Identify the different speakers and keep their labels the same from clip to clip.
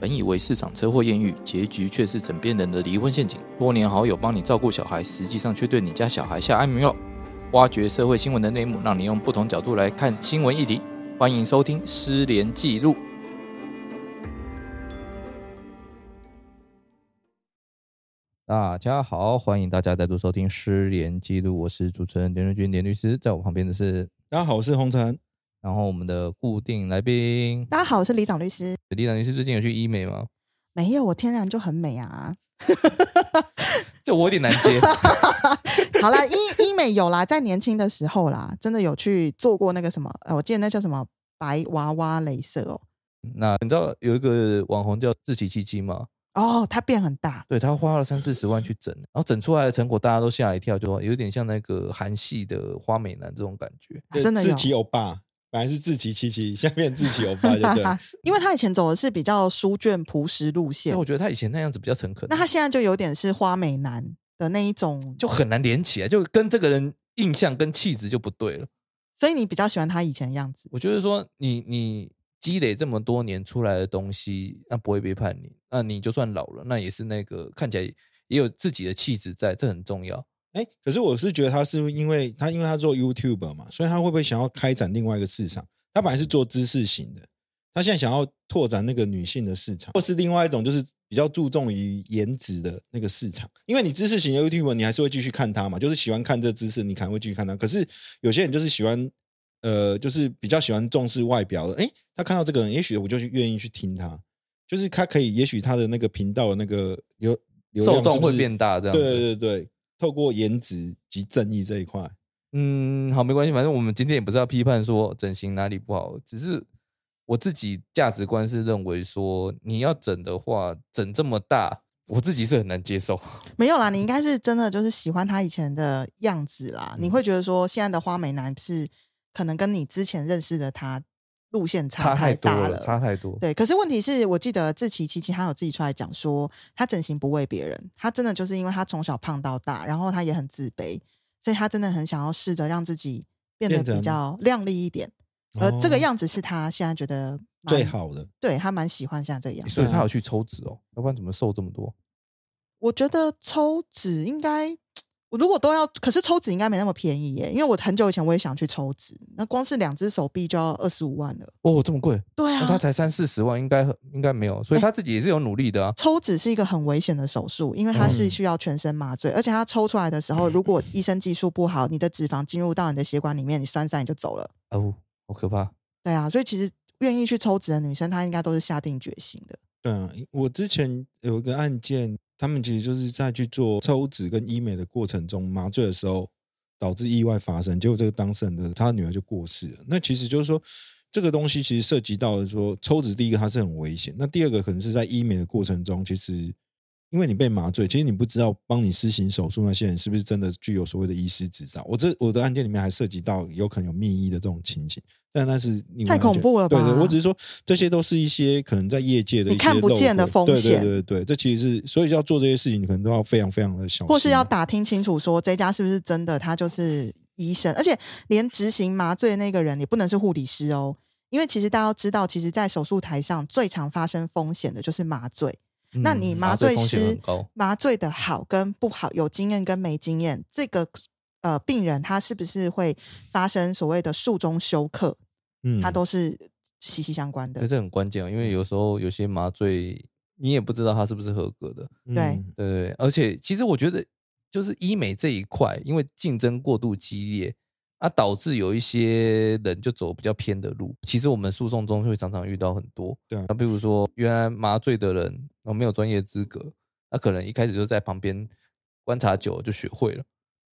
Speaker 1: 本以为市场车祸艳遇，结局却是枕边人的离婚陷阱。多年好友帮你照顾小孩，实际上却对你家小孩下安眠药。挖掘社会新闻的内幕，让你用不同角度来看新闻议题。欢迎收听《失联记录》。大家好，欢迎大家再度收听《失联记录》，我是主持人连瑞君，连律师，在我旁边的是，
Speaker 2: 大家好，我是洪晨。
Speaker 1: 然后我们的固定来宾
Speaker 3: 大家好，我是李长律师。
Speaker 1: 李长律师，最近有去医美吗？
Speaker 3: 没有，我天然就很美啊。
Speaker 1: 这我有点难 接。
Speaker 3: 好啦，医医美有啦，在年轻的时候啦，真的有去做过那个什么，呃，我记得那叫什么白娃娃镭射哦。
Speaker 1: 那啊你知道有一个网红叫自崎七七吗？
Speaker 3: 哦，它变很大，
Speaker 1: 对他花了三四十万去整，然后整出来的成果大家都吓一跳，就说有点像那个韩系的花美男这种感觉。
Speaker 3: 啊真的
Speaker 2: 自
Speaker 3: 有。
Speaker 2: 己欧巴，本来是自己七 七，现在变自己欧 巴，就对了。
Speaker 3: 因为他以前走的是比较书卷朴实路线
Speaker 1: 但我，觉得他以前那样子比较诚恳，
Speaker 3: 那他现在就有点是花美男的那一种，
Speaker 1: 就很难连起来，就跟这个人印象跟气质就不对了。
Speaker 3: 所以你比较喜欢他以前的样子。
Speaker 1: 我觉得说你你积累这么多年出来的东西，那不会背叛你，那你就算老了，那也是那个看起来也有自己的气质在，这很重要。
Speaker 2: 哎、可是我是觉得他是因为他因为他做 YouTube 嘛，所以他会不会想要开展另外一个市场？他本来是做知识型的，他现在想要拓展那个女性的市场，或是另外一种就是比较注重于颜值的那个市场。因为你知识型的 YouTube，你还是会继续看他嘛，就是喜欢看这知识，你可能会继续看他。可是有些人就是喜欢。呃，就是比较喜欢重视外表的，哎，他看到这个人，也许我就去愿意去听他，就是他可以，也许他的那个频道的那个流流量
Speaker 1: 受众
Speaker 2: 是不
Speaker 1: 会
Speaker 2: 是
Speaker 1: 变大，这样子。
Speaker 2: 对对对，透过颜值及正义这一块，
Speaker 1: 嗯，好，没关系，反正我们今天也不是要批判说整形哪里不好，只是我自己价值观是认为说，你要整的话，整这么大，我自己是很难接 受。
Speaker 3: 没有啦，你应该是真的就是喜欢他以前的样子啦。你会
Speaker 1: 嗯
Speaker 3: 觉得说现在的花美男是可能跟你之前认识的他路线
Speaker 1: 差
Speaker 3: 太
Speaker 1: 多
Speaker 3: 大
Speaker 1: 了，差太多。
Speaker 3: 对，可是问题是我记得志奇琪琪他有自己出来讲说，他整形不为别人，他真的就是因为他从小胖到大，然后他也很自卑，所以他真的很想要试着让自己变得
Speaker 2: 变成
Speaker 3: 比较靓丽一点。而呃这个样子是他现在觉得蛮
Speaker 2: 哦最，好的，
Speaker 3: 对他蛮喜欢现在这个样子。
Speaker 1: 所以他有去抽脂哦，要不然怎么瘦这么多？
Speaker 3: 我觉得抽脂应该，我如果都要，可是抽脂应该没那么便宜耶，因为我很久以前我也想去抽脂，那光是两只手臂就要二十五万了。
Speaker 1: 哦，这么贵？
Speaker 3: 对
Speaker 1: 那
Speaker 3: 啊，
Speaker 1: 他才三四十万，应该很应该没有，
Speaker 3: 哎
Speaker 1: 所以他自己也是有努力的啊。
Speaker 3: 抽脂是一个很危险的手术，因为它是需要全身麻醉，而且它抽出来的时候，如果医生技术不好，你的脂肪进入到你的血管里面，你栓塞你就走了。
Speaker 1: 哦，好可怕。
Speaker 3: 对啊，所以其实愿意去抽脂的女生，她应该都是下定决心的。
Speaker 2: 对啊，我之前有一个案件，他们其实就是在去做抽脂跟医美的过程中，麻醉的时候导致意外发生，结果这个当事人的他女儿就过世了。那其实就是说，这个东西其实涉及到的说，抽脂第一个它是很危险，那第二个可能是在医美的过程中，其实因为你被麻醉，其实你不知道帮你施行手术那些人是不是真的具有所谓的医师执照。我这我的案件里面还涉及到有可能有密医的这种情形。但那是另外
Speaker 3: 太
Speaker 2: 一件
Speaker 3: 恐怖了吧
Speaker 2: 对对，我只是说这些都是一些可能在业界的
Speaker 3: 你
Speaker 2: 一些
Speaker 3: 看不
Speaker 2: 漏
Speaker 3: 见的
Speaker 2: 轨
Speaker 3: 风
Speaker 2: 对
Speaker 3: 险
Speaker 2: 对对对，这其实是所以要做这些事情，你可能都要非常非常的小心，
Speaker 3: 或是要打听清楚说这家是不是真的，他就是医生，而且连执行麻醉的那个人也不能是护理师哦，因为其实大家都知道，其实，在手术台上最常发生风险的就是麻醉。那
Speaker 1: 嗯
Speaker 3: 你麻醉
Speaker 1: 风险
Speaker 3: 师
Speaker 1: 很高，
Speaker 3: 麻醉的好跟不好，有经验跟没经验，这个呃病人他是不是会发生所谓的术中休克，
Speaker 2: 嗯，
Speaker 3: 他都是息息相关
Speaker 1: 对，
Speaker 3: 的。
Speaker 1: 这很关键哦，因为有时候有些麻醉你也不知道他是不是合格的。
Speaker 2: 嗯
Speaker 3: 对
Speaker 1: 对对，而且其实我觉得，就是医美这一块，因为竞争过度激烈，啊，导致有一些人就走比较偏的路。其实我们诉讼中会常常遇到很多，
Speaker 2: 对
Speaker 1: 啊，比如说原来麻醉的人啊没有专业资格，他可能一开始就在旁边观察久了就学会了，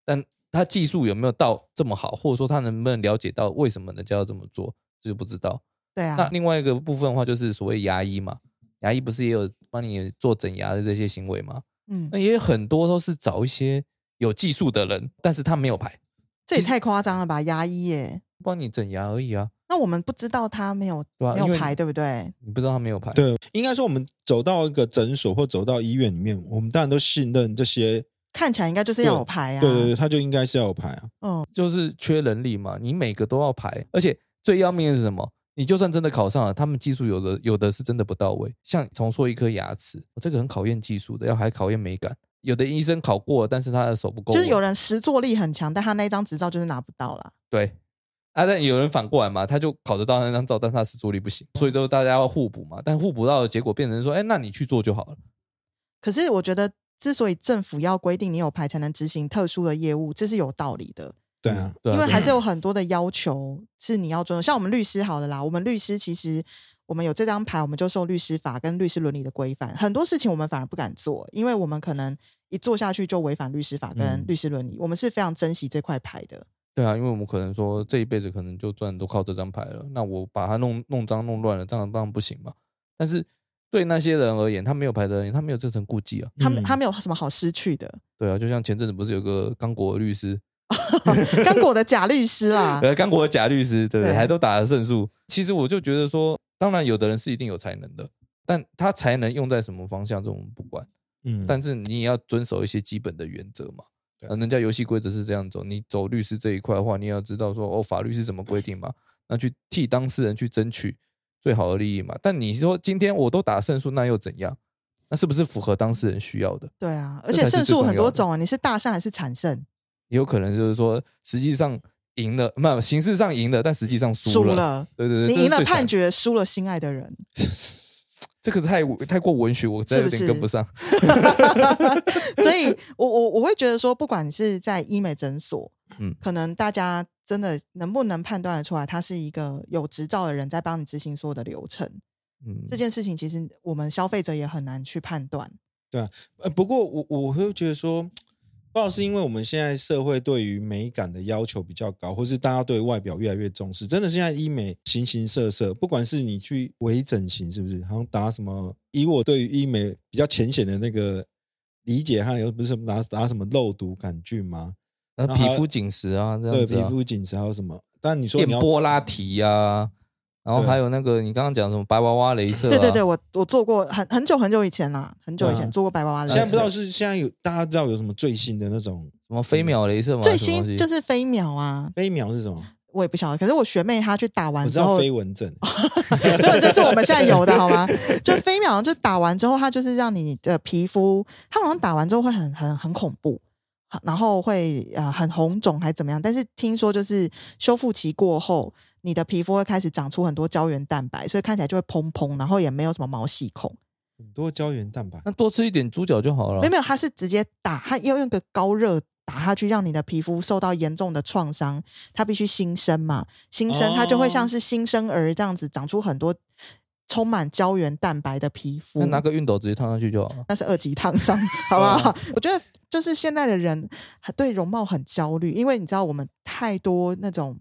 Speaker 1: 但他技术有没有到这么好，或者说他能不能了解到为什么人家要这么做，这就不知道。
Speaker 3: 对
Speaker 1: 那
Speaker 3: 啊，
Speaker 1: 另外一个部分的话，就是所谓牙医嘛，牙医不是也有帮你做整牙的这些行为吗？
Speaker 3: 嗯
Speaker 1: 那，也有很多都是找一些有技术的人，但是他没有牌，
Speaker 3: 这也太夸张了吧，牙医耶。
Speaker 1: 帮你整牙而已啊，
Speaker 3: 那我们不知道他没有
Speaker 1: 对啊
Speaker 3: 没
Speaker 1: 因为
Speaker 3: 有牌，对不对？
Speaker 1: 你不知道他没有牌。，
Speaker 2: 对，应该说我们走到一个诊所或走到医院里面，我们当然都信任这些，
Speaker 3: 看起来应该就是要有牌啊。
Speaker 2: 对对对，他就应该是要有牌啊，
Speaker 3: 嗯，
Speaker 1: 就是缺人力嘛，你每个都要牌，而且最要命的是什么？你你就算真的考上了，他们技术有的有的是真的不到位，像重塑一颗牙齿，这个很考验技术的，要还考验美感。有的医生考过了，但是他的手不够
Speaker 3: 就
Speaker 1: 稳，
Speaker 3: 是有人实作力很强，但他那张执照就是拿不到啦。
Speaker 1: 对啊，但有人反过来嘛，他就考得到那张照，但他实作力不行，所以就大家要互补嘛。但互补到的结果变成说，哎，那你去做就好了。
Speaker 3: 可是我觉得，之所以政府要规定你有牌才能执行特殊的业务，这是有道理的，
Speaker 2: 对啊，
Speaker 1: 对啊，
Speaker 3: 因为
Speaker 1: 对啊
Speaker 3: 还是有很多的要求是你要遵守。像我们律师好了啦，我们律师其实我们有这张牌，我们就受律师法跟律师伦理的规范，很多事情我们反而不敢做，因为我们可能一做下去就违反律师法跟
Speaker 1: 嗯
Speaker 3: 律师伦理。我们是非常珍惜这块牌的。
Speaker 1: 对啊，因为我们可能说这一辈子可能就赚都靠这张牌了，那我把它弄弄脏弄乱了，这样当然不行嘛。但是对那些人而言，他没有牌的人，他没有这层顾忌啊。
Speaker 3: 他们、
Speaker 2: 嗯
Speaker 3: 他们有什么好失去的？
Speaker 1: 对啊，就像前阵子不是有个刚果律师，
Speaker 3: 刚果的假律师啦，
Speaker 1: 呃，刚果的假律师，对不对？
Speaker 3: 啊对
Speaker 1: 还都打了胜诉。其实我就觉得说，当然有的人是一定有才能的，但他才能用在什么方向，这我们不管。
Speaker 2: 嗯，
Speaker 1: 但是你也要遵守一些基本的原则嘛。
Speaker 2: 对
Speaker 1: 呃，人家游戏规则是这样走，你走律师这一块的话，你也要知道说哦，法律是怎么规定嘛，那去替当事人去争取最好的利益嘛。但你说今天我都打胜诉，那又怎样？那是不是符合当事人需要的？
Speaker 3: 对啊，
Speaker 1: 这
Speaker 3: 而且
Speaker 1: 才是
Speaker 3: 胜
Speaker 1: 最
Speaker 3: 诉
Speaker 1: 重
Speaker 3: 很
Speaker 1: 要
Speaker 3: 多
Speaker 1: 的
Speaker 3: 种啊，你是大胜还是惨胜？
Speaker 1: 也有可能就是说，实际上赢了，没有形式上赢了，但实际上
Speaker 3: 输
Speaker 1: 输了。
Speaker 3: 了，
Speaker 1: 对对对，
Speaker 3: 你
Speaker 1: 这是
Speaker 3: 赢了
Speaker 1: 最惨
Speaker 3: 判决，输了心爱的人。
Speaker 1: 这个太太过文学，我真的有
Speaker 3: 是不
Speaker 1: 点
Speaker 3: 是
Speaker 1: 跟不上。
Speaker 3: 所以我我我会觉得说，不管是在医美诊所，
Speaker 1: 嗯
Speaker 3: 嗯，可能大家真的能不能判断得出来，他是一个有执照的人在帮你执行所有的流程，
Speaker 1: 嗯，
Speaker 3: 这件事情其实我们消费者也很难去判断。
Speaker 2: 呃，不过我我会觉得说，不知道是因为我们现在社会对于美感的要求比较高，或是大家对外表越来越重视。真的，现在医美形形色色，不管是你去微整形，是不是？好像打什么？以我对于医美比较浅显的那个理解，还有不是打打什么肉毒杆菌吗？
Speaker 1: 呃
Speaker 2: 然后
Speaker 1: 皮
Speaker 2: 还
Speaker 1: 肤紧实啊，这
Speaker 2: 对，
Speaker 1: 样子、
Speaker 2: 皮
Speaker 1: 啊。
Speaker 2: 肤紧实还有什么？但你说
Speaker 1: 电
Speaker 2: 你要
Speaker 1: 波拉提呀、然后
Speaker 2: 对
Speaker 1: 还有那个你刚刚讲什么白娃娃镭射、啊，
Speaker 3: 对对对，我我做过很很久很久以前啦，很久以前、
Speaker 2: 嗯
Speaker 3: 做过白娃娃的。
Speaker 2: 现在不知
Speaker 1: 啊
Speaker 2: 道是现在有大家知道有什么最新的那种
Speaker 1: 什么飞秒镭射嘛，
Speaker 3: 最
Speaker 1: 什么东西
Speaker 3: 新就是飞秒啊，
Speaker 2: 飞秒是什么？
Speaker 3: 我也不晓得。可是我学妹她去打
Speaker 2: 我
Speaker 1: 啊
Speaker 3: 完
Speaker 2: 知
Speaker 3: 之后
Speaker 2: 道，飞蚊症，
Speaker 3: 对，这是我们现在有的好吗？就飞秒就打完之后，它就是让你的皮肤，它好像打完之后会很很很恐怖，很然后会呃很红肿还怎么样？但是听说就是修复期过后，你的皮肤会开始长出很多胶原蛋白，所以看起来就会蓬蓬，然后也没有什么毛细孔。
Speaker 2: 很多胶原蛋白。
Speaker 1: 那多吃一点猪脚就好了
Speaker 3: 没有。没有，它是直接打，它要用个高热。打下去，让你的皮肤受到严重的创伤，它必须新生嘛，新生它就会
Speaker 1: 哦
Speaker 3: 像是新生儿这样子，长出很多充满胶原蛋白的皮肤。
Speaker 1: 那拿个熨哦斗直接烫上去就好了。
Speaker 3: 那是二级烫伤，好不
Speaker 2: 对
Speaker 3: 好？ 我觉得就是现在的人对容貌很焦虑，因为你知道我们太多那种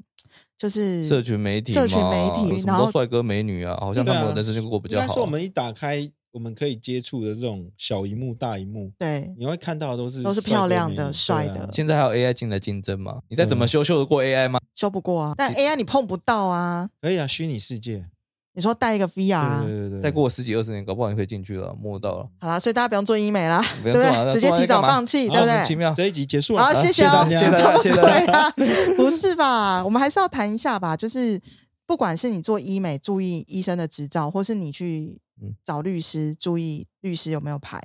Speaker 3: 就是
Speaker 1: 社群媒体嘛，
Speaker 3: 社群媒体
Speaker 1: 有什
Speaker 3: 然
Speaker 1: 么
Speaker 3: 后
Speaker 1: 都帅哥美女啊，好像他们的人生就过比
Speaker 2: 应
Speaker 1: 较
Speaker 2: 该
Speaker 1: 好
Speaker 2: 说
Speaker 1: 啊、
Speaker 2: 我们一打开，我们可以接触的这种小荧幕、大荧幕，
Speaker 3: 对
Speaker 2: 你会看到的都是
Speaker 3: 都是
Speaker 2: 帅哥
Speaker 3: 漂亮
Speaker 2: 美
Speaker 3: 的、
Speaker 2: 女
Speaker 3: 帅
Speaker 2: 对啊
Speaker 3: 的，
Speaker 1: 现在还有 AI 进来竞争嘛？你再怎么
Speaker 2: 嗯
Speaker 1: 修修得过 AI 吗？
Speaker 3: 修不过啊。但 AI 你碰不到啊，
Speaker 2: 可以啊，虚拟世界，
Speaker 3: 你说带一个 VR，啊
Speaker 2: 对对对对，
Speaker 1: 再过十几二十年，搞不好你可以进去了，摸到了，
Speaker 3: 好啦，所以大家不用做医美啦，
Speaker 1: 不
Speaker 3: 对
Speaker 1: 用
Speaker 3: 不
Speaker 1: 做啊
Speaker 3: 对？直接提早放，弃，
Speaker 1: 那
Speaker 3: 对
Speaker 1: 做完再
Speaker 3: 不
Speaker 1: 干嘛啊莫名其
Speaker 3: 对？
Speaker 1: 妙。
Speaker 2: 这一集结束了，
Speaker 3: 好，
Speaker 2: 啊
Speaker 3: 谢
Speaker 2: 谢
Speaker 3: 哦，
Speaker 2: 大家，
Speaker 1: 谢大家
Speaker 3: 什么
Speaker 1: 谢谢
Speaker 3: 鬼
Speaker 1: 大
Speaker 3: 啊？不是吧？我们还是要谈一下吧，就是不管是你做医美注意医生的执照，或是你去
Speaker 1: 嗯
Speaker 3: 找律师注意律师有没有牌，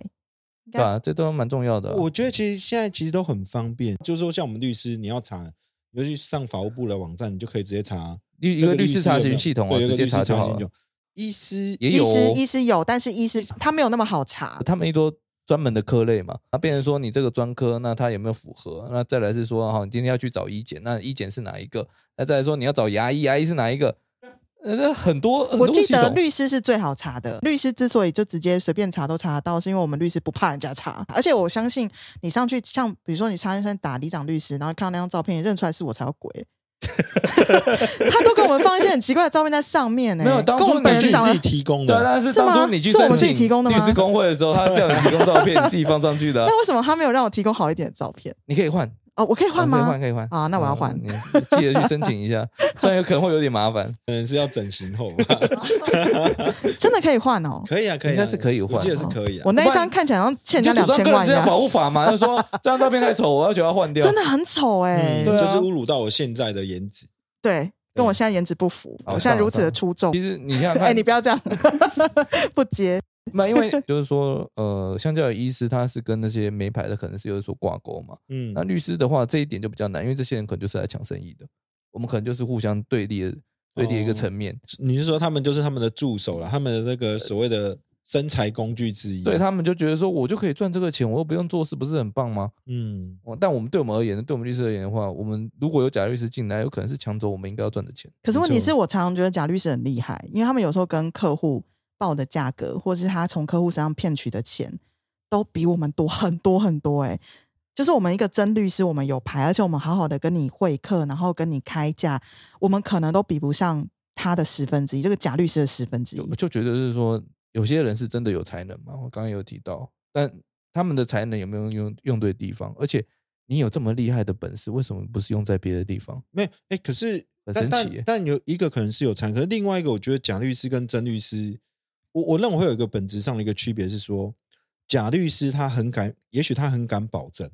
Speaker 3: 应
Speaker 1: 对
Speaker 3: 该
Speaker 1: 啊，这都蛮重要的啊、
Speaker 2: 我觉得其实现在其实都很方便，就是说像我们律师，你要查，尤其上法务部的网站，你就可以直接查
Speaker 1: 一一
Speaker 2: 这
Speaker 1: 个
Speaker 2: 个
Speaker 1: 律
Speaker 2: 律
Speaker 1: 师
Speaker 2: 师
Speaker 1: 查
Speaker 2: 有没
Speaker 1: 询
Speaker 2: 有
Speaker 1: 系统啊，
Speaker 2: 对有
Speaker 1: 直
Speaker 2: 个
Speaker 1: 接
Speaker 2: 律师
Speaker 1: 查就
Speaker 2: 查
Speaker 1: 好
Speaker 2: 询
Speaker 1: 了
Speaker 2: 就。医师
Speaker 1: 也
Speaker 3: 医
Speaker 1: 有
Speaker 3: 师
Speaker 1: 哦
Speaker 3: 医师有，但是医师他没有那么好查。
Speaker 1: 他们一多专门的科类嘛，那变成说你这个专科，那它有没有符合？那再来是说，哦哈，你今天要去找医检，那医检是哪一个？那再来说你要找牙医，牙医是哪一个？呃，那很多很
Speaker 3: 我
Speaker 1: 多
Speaker 3: 记
Speaker 1: 系
Speaker 3: 得
Speaker 1: 统，
Speaker 3: 律师是最好查的，律师之所以就直接随便查都查得到，是因为我们律师不怕人家查。而且我相信你上去，像比如说你查医生打里长律师，然后看到那张照片，你认出来是我才有 鬼。他都给我们放一些很奇怪的照片在上面呢、欸
Speaker 1: 没有当初
Speaker 3: 跟我们本
Speaker 2: 是
Speaker 3: 人
Speaker 2: 你
Speaker 3: 长
Speaker 2: 自己
Speaker 3: 得
Speaker 2: 提供
Speaker 1: 对啊，
Speaker 2: 的，
Speaker 1: 但是
Speaker 3: 是
Speaker 1: 当
Speaker 3: 吗
Speaker 1: 初你去
Speaker 3: 是我
Speaker 1: 申
Speaker 3: 们自己
Speaker 1: 请
Speaker 3: 提供的
Speaker 1: 律
Speaker 3: 吗
Speaker 1: 师工会的时候，他叫你提供照片，你自己放上去 的啊，
Speaker 3: 那为什么他没有让我提供好一点的照片？
Speaker 1: 你可以换，
Speaker 3: 哦，我可以换
Speaker 1: 啊
Speaker 3: 吗？
Speaker 1: 可以换，可以换
Speaker 3: 啊那我要换
Speaker 1: 嗯你记得去申请一 下，虽然有可能会有点麻烦，
Speaker 2: 可能是要整形后 吧，
Speaker 3: 真的可以换哦。
Speaker 2: 可以啊，可以啊，
Speaker 1: 应该是可以
Speaker 2: 我
Speaker 1: 换
Speaker 2: 记得是可以啊
Speaker 3: 我。那一张看起来好像欠
Speaker 1: 你
Speaker 3: 人
Speaker 1: 就
Speaker 3: 家
Speaker 1: 主张
Speaker 3: 两千
Speaker 1: 个人
Speaker 3: 万
Speaker 1: 资
Speaker 3: 一
Speaker 1: 料
Speaker 3: 样，
Speaker 1: 保护法嘛，就说这张照片太丑，我要求要换掉
Speaker 3: 真。的很丑哎、
Speaker 2: 嗯，
Speaker 1: 对
Speaker 2: 就
Speaker 1: 啊
Speaker 2: 是侮辱到我现在的颜值，
Speaker 3: 对，跟我现在颜值不符，
Speaker 1: 好
Speaker 3: 我现在如此
Speaker 1: 算
Speaker 3: 的
Speaker 1: 了
Speaker 3: 出众
Speaker 1: 其。实你想想
Speaker 3: 哎、
Speaker 1: 看
Speaker 3: 你，不 要这样，不接。
Speaker 1: 那 因为就是说，呃，相较于医师，他是跟那些没牌的可能是有所挂钩嘛。
Speaker 2: 嗯
Speaker 1: 那律师的话，这一点就比较难，因为这些人可能就是来抢生意的，我们可能就是互相对立的对立的一个
Speaker 3: 哦
Speaker 1: 层面。
Speaker 2: 你是说他们就是他们的助手啦，他们的那个所谓的生财工具之一？啊
Speaker 1: 对，他们就觉得说，我就可以赚这个钱，我又不用做事，不是很棒吗？
Speaker 2: 嗯，
Speaker 1: 哦，但我们对我们而言，对我们律师而言的话，我们如果有假律师进来，有可能是抢走我们应该要赚的钱。
Speaker 3: 可是问题
Speaker 2: 没错
Speaker 3: 是我常常觉得贾律师很厉害，因为他们有时候跟客户报的价格，或是他从客户身上骗取的钱，都比我们多很多很多、欸。哎，就是我们一个真律师，我们有牌，而且我们好好的跟你会客，然后跟你开价，我们可能都比不上他的十分之一，这个贾律师的十分之 一
Speaker 1: 我。就觉得是说，有些人是真的有才能嘛，我刚刚有提到，但他们的才能有没有用用对地方？而且你有这么厉害的本事，为什么不是用在别的地方？
Speaker 2: 没有，哎，可是
Speaker 1: 很
Speaker 2: 但
Speaker 1: 神奇耶
Speaker 2: 但但有一个可能是有残，可是另外一个，我觉得假律师跟真律师，我我认为会有一个本质上的一个区别是说，假律师他很敢，也许他很敢保证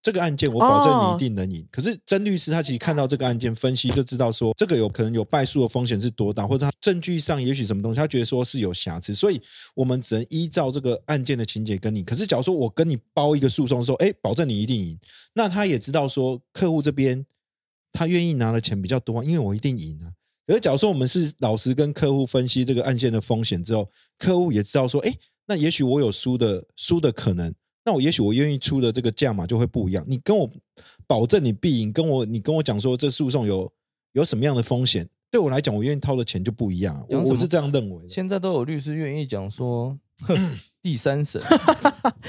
Speaker 2: 这个案件，我保证你一定能赢。可是真律师他其实看到这个案件分析就知道说，这个有可能有败诉的风险是多大，或者他证据上也许什么东西，他觉得说是有瑕疵，所以我们只能依照这个案件的情节跟你。可是假如说我跟你包一个诉讼说，哎，保证你一定赢，那他也知道说客户这边他愿意拿的钱比较多啊，因为我一定赢啊。可是假如说我们是老实跟客户分析这个案件的风险之后，客户也知道说，哎，那也许我有输的输的可能，那我也许我愿意出的这个价码就会不一样。你跟我保证你必赢，跟我你跟我讲说这诉讼有有什么样的风险，对我来讲，我愿意掏的钱就不一样啊、我
Speaker 1: 讲什么
Speaker 2: 我是这样 认为的。
Speaker 1: 现在都有律师愿意讲说，哼第三 审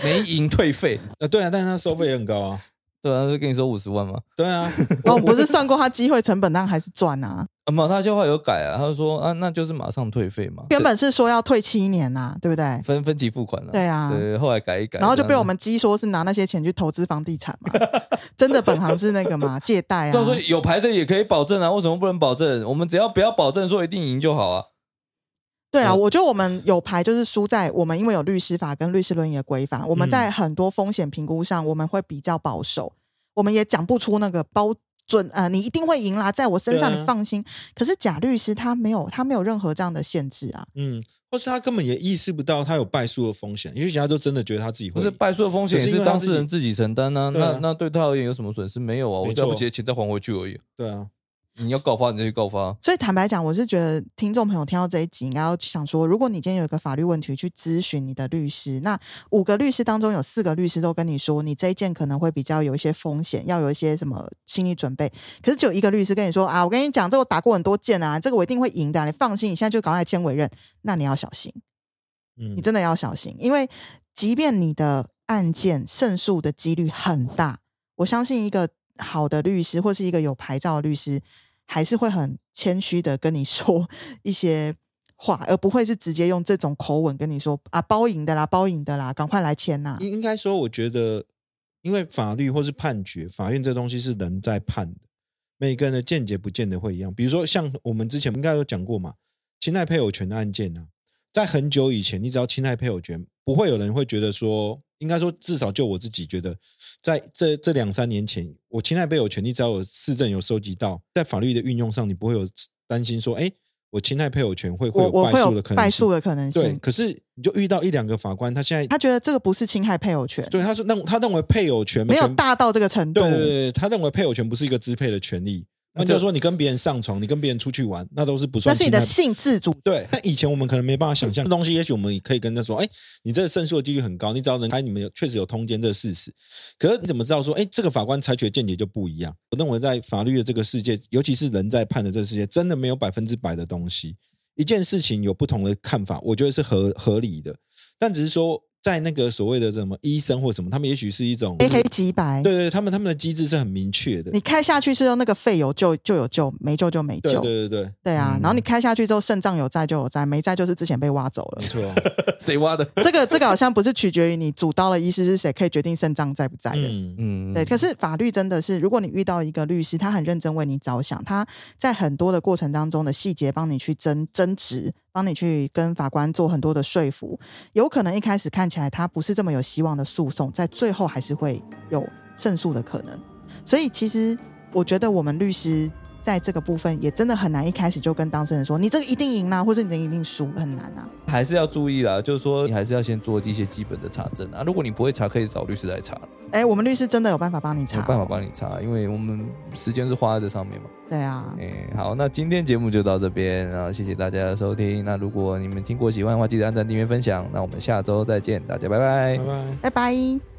Speaker 1: 没赢退费，
Speaker 2: 呃，对啊，但是他收费也很高啊。
Speaker 1: 对啊，就跟你说五十万嘛。
Speaker 2: 对啊，
Speaker 3: 然后我们不是算过他机会成本，但还是赚啊。
Speaker 1: 啊，没有，他就话有改啊，他就说啊，那就是马上退费嘛，
Speaker 3: 原本是说要退七年呐、对不 对？
Speaker 1: 分分期付款了、
Speaker 3: 对啊
Speaker 1: 对，后来改一改，
Speaker 3: 然后
Speaker 1: 这
Speaker 3: 就
Speaker 1: 样
Speaker 3: 被
Speaker 1: 子
Speaker 3: 我。们鸡说是拿那些钱去投资房地产嘛，真的本行是那个嘛，借 贷
Speaker 1: 到
Speaker 3: 啊
Speaker 1: 时。候有牌的也可以保证啊，为什么不能保证？我们只要不要保证说一定赢就好啊。
Speaker 3: 对
Speaker 2: 呃
Speaker 3: 啊，我觉得我们有牌就是输在我们因为有律师法跟律师伦理的规范，我
Speaker 2: 嗯
Speaker 3: 们在很多风险评估上我们会比较保守，我们也讲不出那个包准呃，你一定会赢啦，在我身上
Speaker 2: 对啊
Speaker 3: 你放心。可是贾律师他没有，他没有任何这样的限制啊。
Speaker 2: 嗯，或是他根本也意识不到他有败诉的风险，也许他就真的觉得他自己
Speaker 1: 不
Speaker 2: 会
Speaker 1: 是
Speaker 2: 赢。
Speaker 1: 败诉的风险
Speaker 2: 可
Speaker 1: 也
Speaker 2: 是因
Speaker 1: 是
Speaker 2: 为他
Speaker 1: 当
Speaker 2: 自
Speaker 1: 事人
Speaker 2: 己
Speaker 1: 自己承担啊。
Speaker 2: 对啊
Speaker 1: 那那对他而言有什么损失？没有啊，我
Speaker 2: 没
Speaker 1: 再不
Speaker 2: 错
Speaker 1: 结钱再还回去而已。
Speaker 2: 对啊，
Speaker 1: 你要告发你再去告 发，
Speaker 3: 所以坦白讲，我是觉得听众朋友听到这一集，应该要想说，如果你今天有一个法律问题去咨询你的律师，那五个律师当中有四个律师都跟你说，你这一件可能会比较有一些风险，要有一些什么心理准备。可是只有一个律师跟你说啊，我跟你讲，这我打过很多件啊，这个我一定会赢的啊、你放心，你现在就赶快签委任，那你要小心。
Speaker 2: 嗯
Speaker 3: 你真的要小心，因为即便你的案件胜诉的几率很大，我相信一个好的律师或是一个有牌照的律师，还是会很谦虚的跟你 说一些话，而不会是直接用这种口吻跟你说啊，包赢的啦，包赢的啦，赶快来签呐、
Speaker 2: 应应该说，我觉得，因为法律或是判决，法院这东西是人在判的，每个人的见解不见得会一样。比如说，像我们之前应该有讲过嘛，侵害配偶权的案件呢、在很久以前，你只要侵害配偶权，不会有人会觉得说，应该说至少就我自己觉得，在这这两三年前，我侵害配偶权，你只要有市政有收集到，在法律的运用上，你不会有担心说，哎，我侵害配偶权会会
Speaker 3: 我
Speaker 2: 有
Speaker 3: 我
Speaker 2: 败
Speaker 3: 会
Speaker 2: 诉
Speaker 3: 有
Speaker 2: 的可
Speaker 3: 败
Speaker 2: 能
Speaker 3: 诉
Speaker 2: 性。
Speaker 3: 的可能
Speaker 2: 对，
Speaker 3: 性。
Speaker 2: 可是你就遇到一两个法官，他现在
Speaker 3: 他觉得这个不是侵害配偶权，
Speaker 2: 对，他说认他认为配偶权
Speaker 3: 没有
Speaker 2: 权
Speaker 3: 大到这个程度
Speaker 2: 对。对对，他认为配偶权不是一个支配的权利。
Speaker 1: 那
Speaker 2: 那
Speaker 1: 就
Speaker 2: 就是说，你跟别人上床，你跟别人出去玩，那都是不
Speaker 3: 那
Speaker 2: 算
Speaker 3: 是你
Speaker 2: 侵
Speaker 3: 的
Speaker 2: 害。
Speaker 3: 性自主，
Speaker 2: 对，那以前我们可能没办法想
Speaker 1: 嗯
Speaker 2: 象这东西，也许我们也可以跟他说，哎，你这个胜诉的几率很高，你只要能开，你们有确实有通奸这个事实。可是你怎么知道说，哎，这个法官裁决见解就不一样？我认为在法律的这个世界，尤其是人在判的这个世界，真的没有百分之百的东西。一件事情有不同的看法，我觉得是合合理的，但只是说在那个所谓的什么医生或什么，他们也许是一种
Speaker 3: 黑黑即白。
Speaker 2: 对对，他们他们的机制是很明确的。
Speaker 3: 你开下去是用那个肺有救就有救，没救就没
Speaker 2: 对
Speaker 3: 救。
Speaker 2: 对对对，
Speaker 3: 对啊，
Speaker 1: 嗯
Speaker 3: 然后你开下去之后，肾脏有在就有在，没在就是之前被挖走了
Speaker 2: 没。 错。
Speaker 1: 谁挖的？
Speaker 3: 这个这个好像不是取决于你主刀的医师是谁，可以决定肾脏在不在的。
Speaker 2: 嗯，
Speaker 1: 嗯，
Speaker 3: 对，可是法律真的是，如果你遇到一个律师，他很认真为你着想，他在很多的过程当中的细节帮你去争争执，帮你去跟法官做很多的说服，有可能一开始看起来他不是这么有希望的诉讼，在最后还是会有胜诉的可能。所以其实我觉得我们律师在这个部分也真的很难一开始就跟当事人说你这个一定赢啦、啊或者你这个一定输，很难啊。
Speaker 1: 还是要注意啦，就是说你还是要先做一些基本的查证啊。如果你不会查，可以找律师来查，
Speaker 3: 哎，我们律师真的有办法帮你
Speaker 1: 有
Speaker 3: 查，
Speaker 1: 办法帮你查，因为我们时间是花在这上面嘛。
Speaker 3: 对啊，
Speaker 1: 嗯，好，那今天节目就到这边，然后谢谢大家的收听。那如果你们听过喜欢的话，记得按赞、订阅、分享。那我们下周再见，大家拜拜
Speaker 4: 拜拜。
Speaker 3: 拜拜。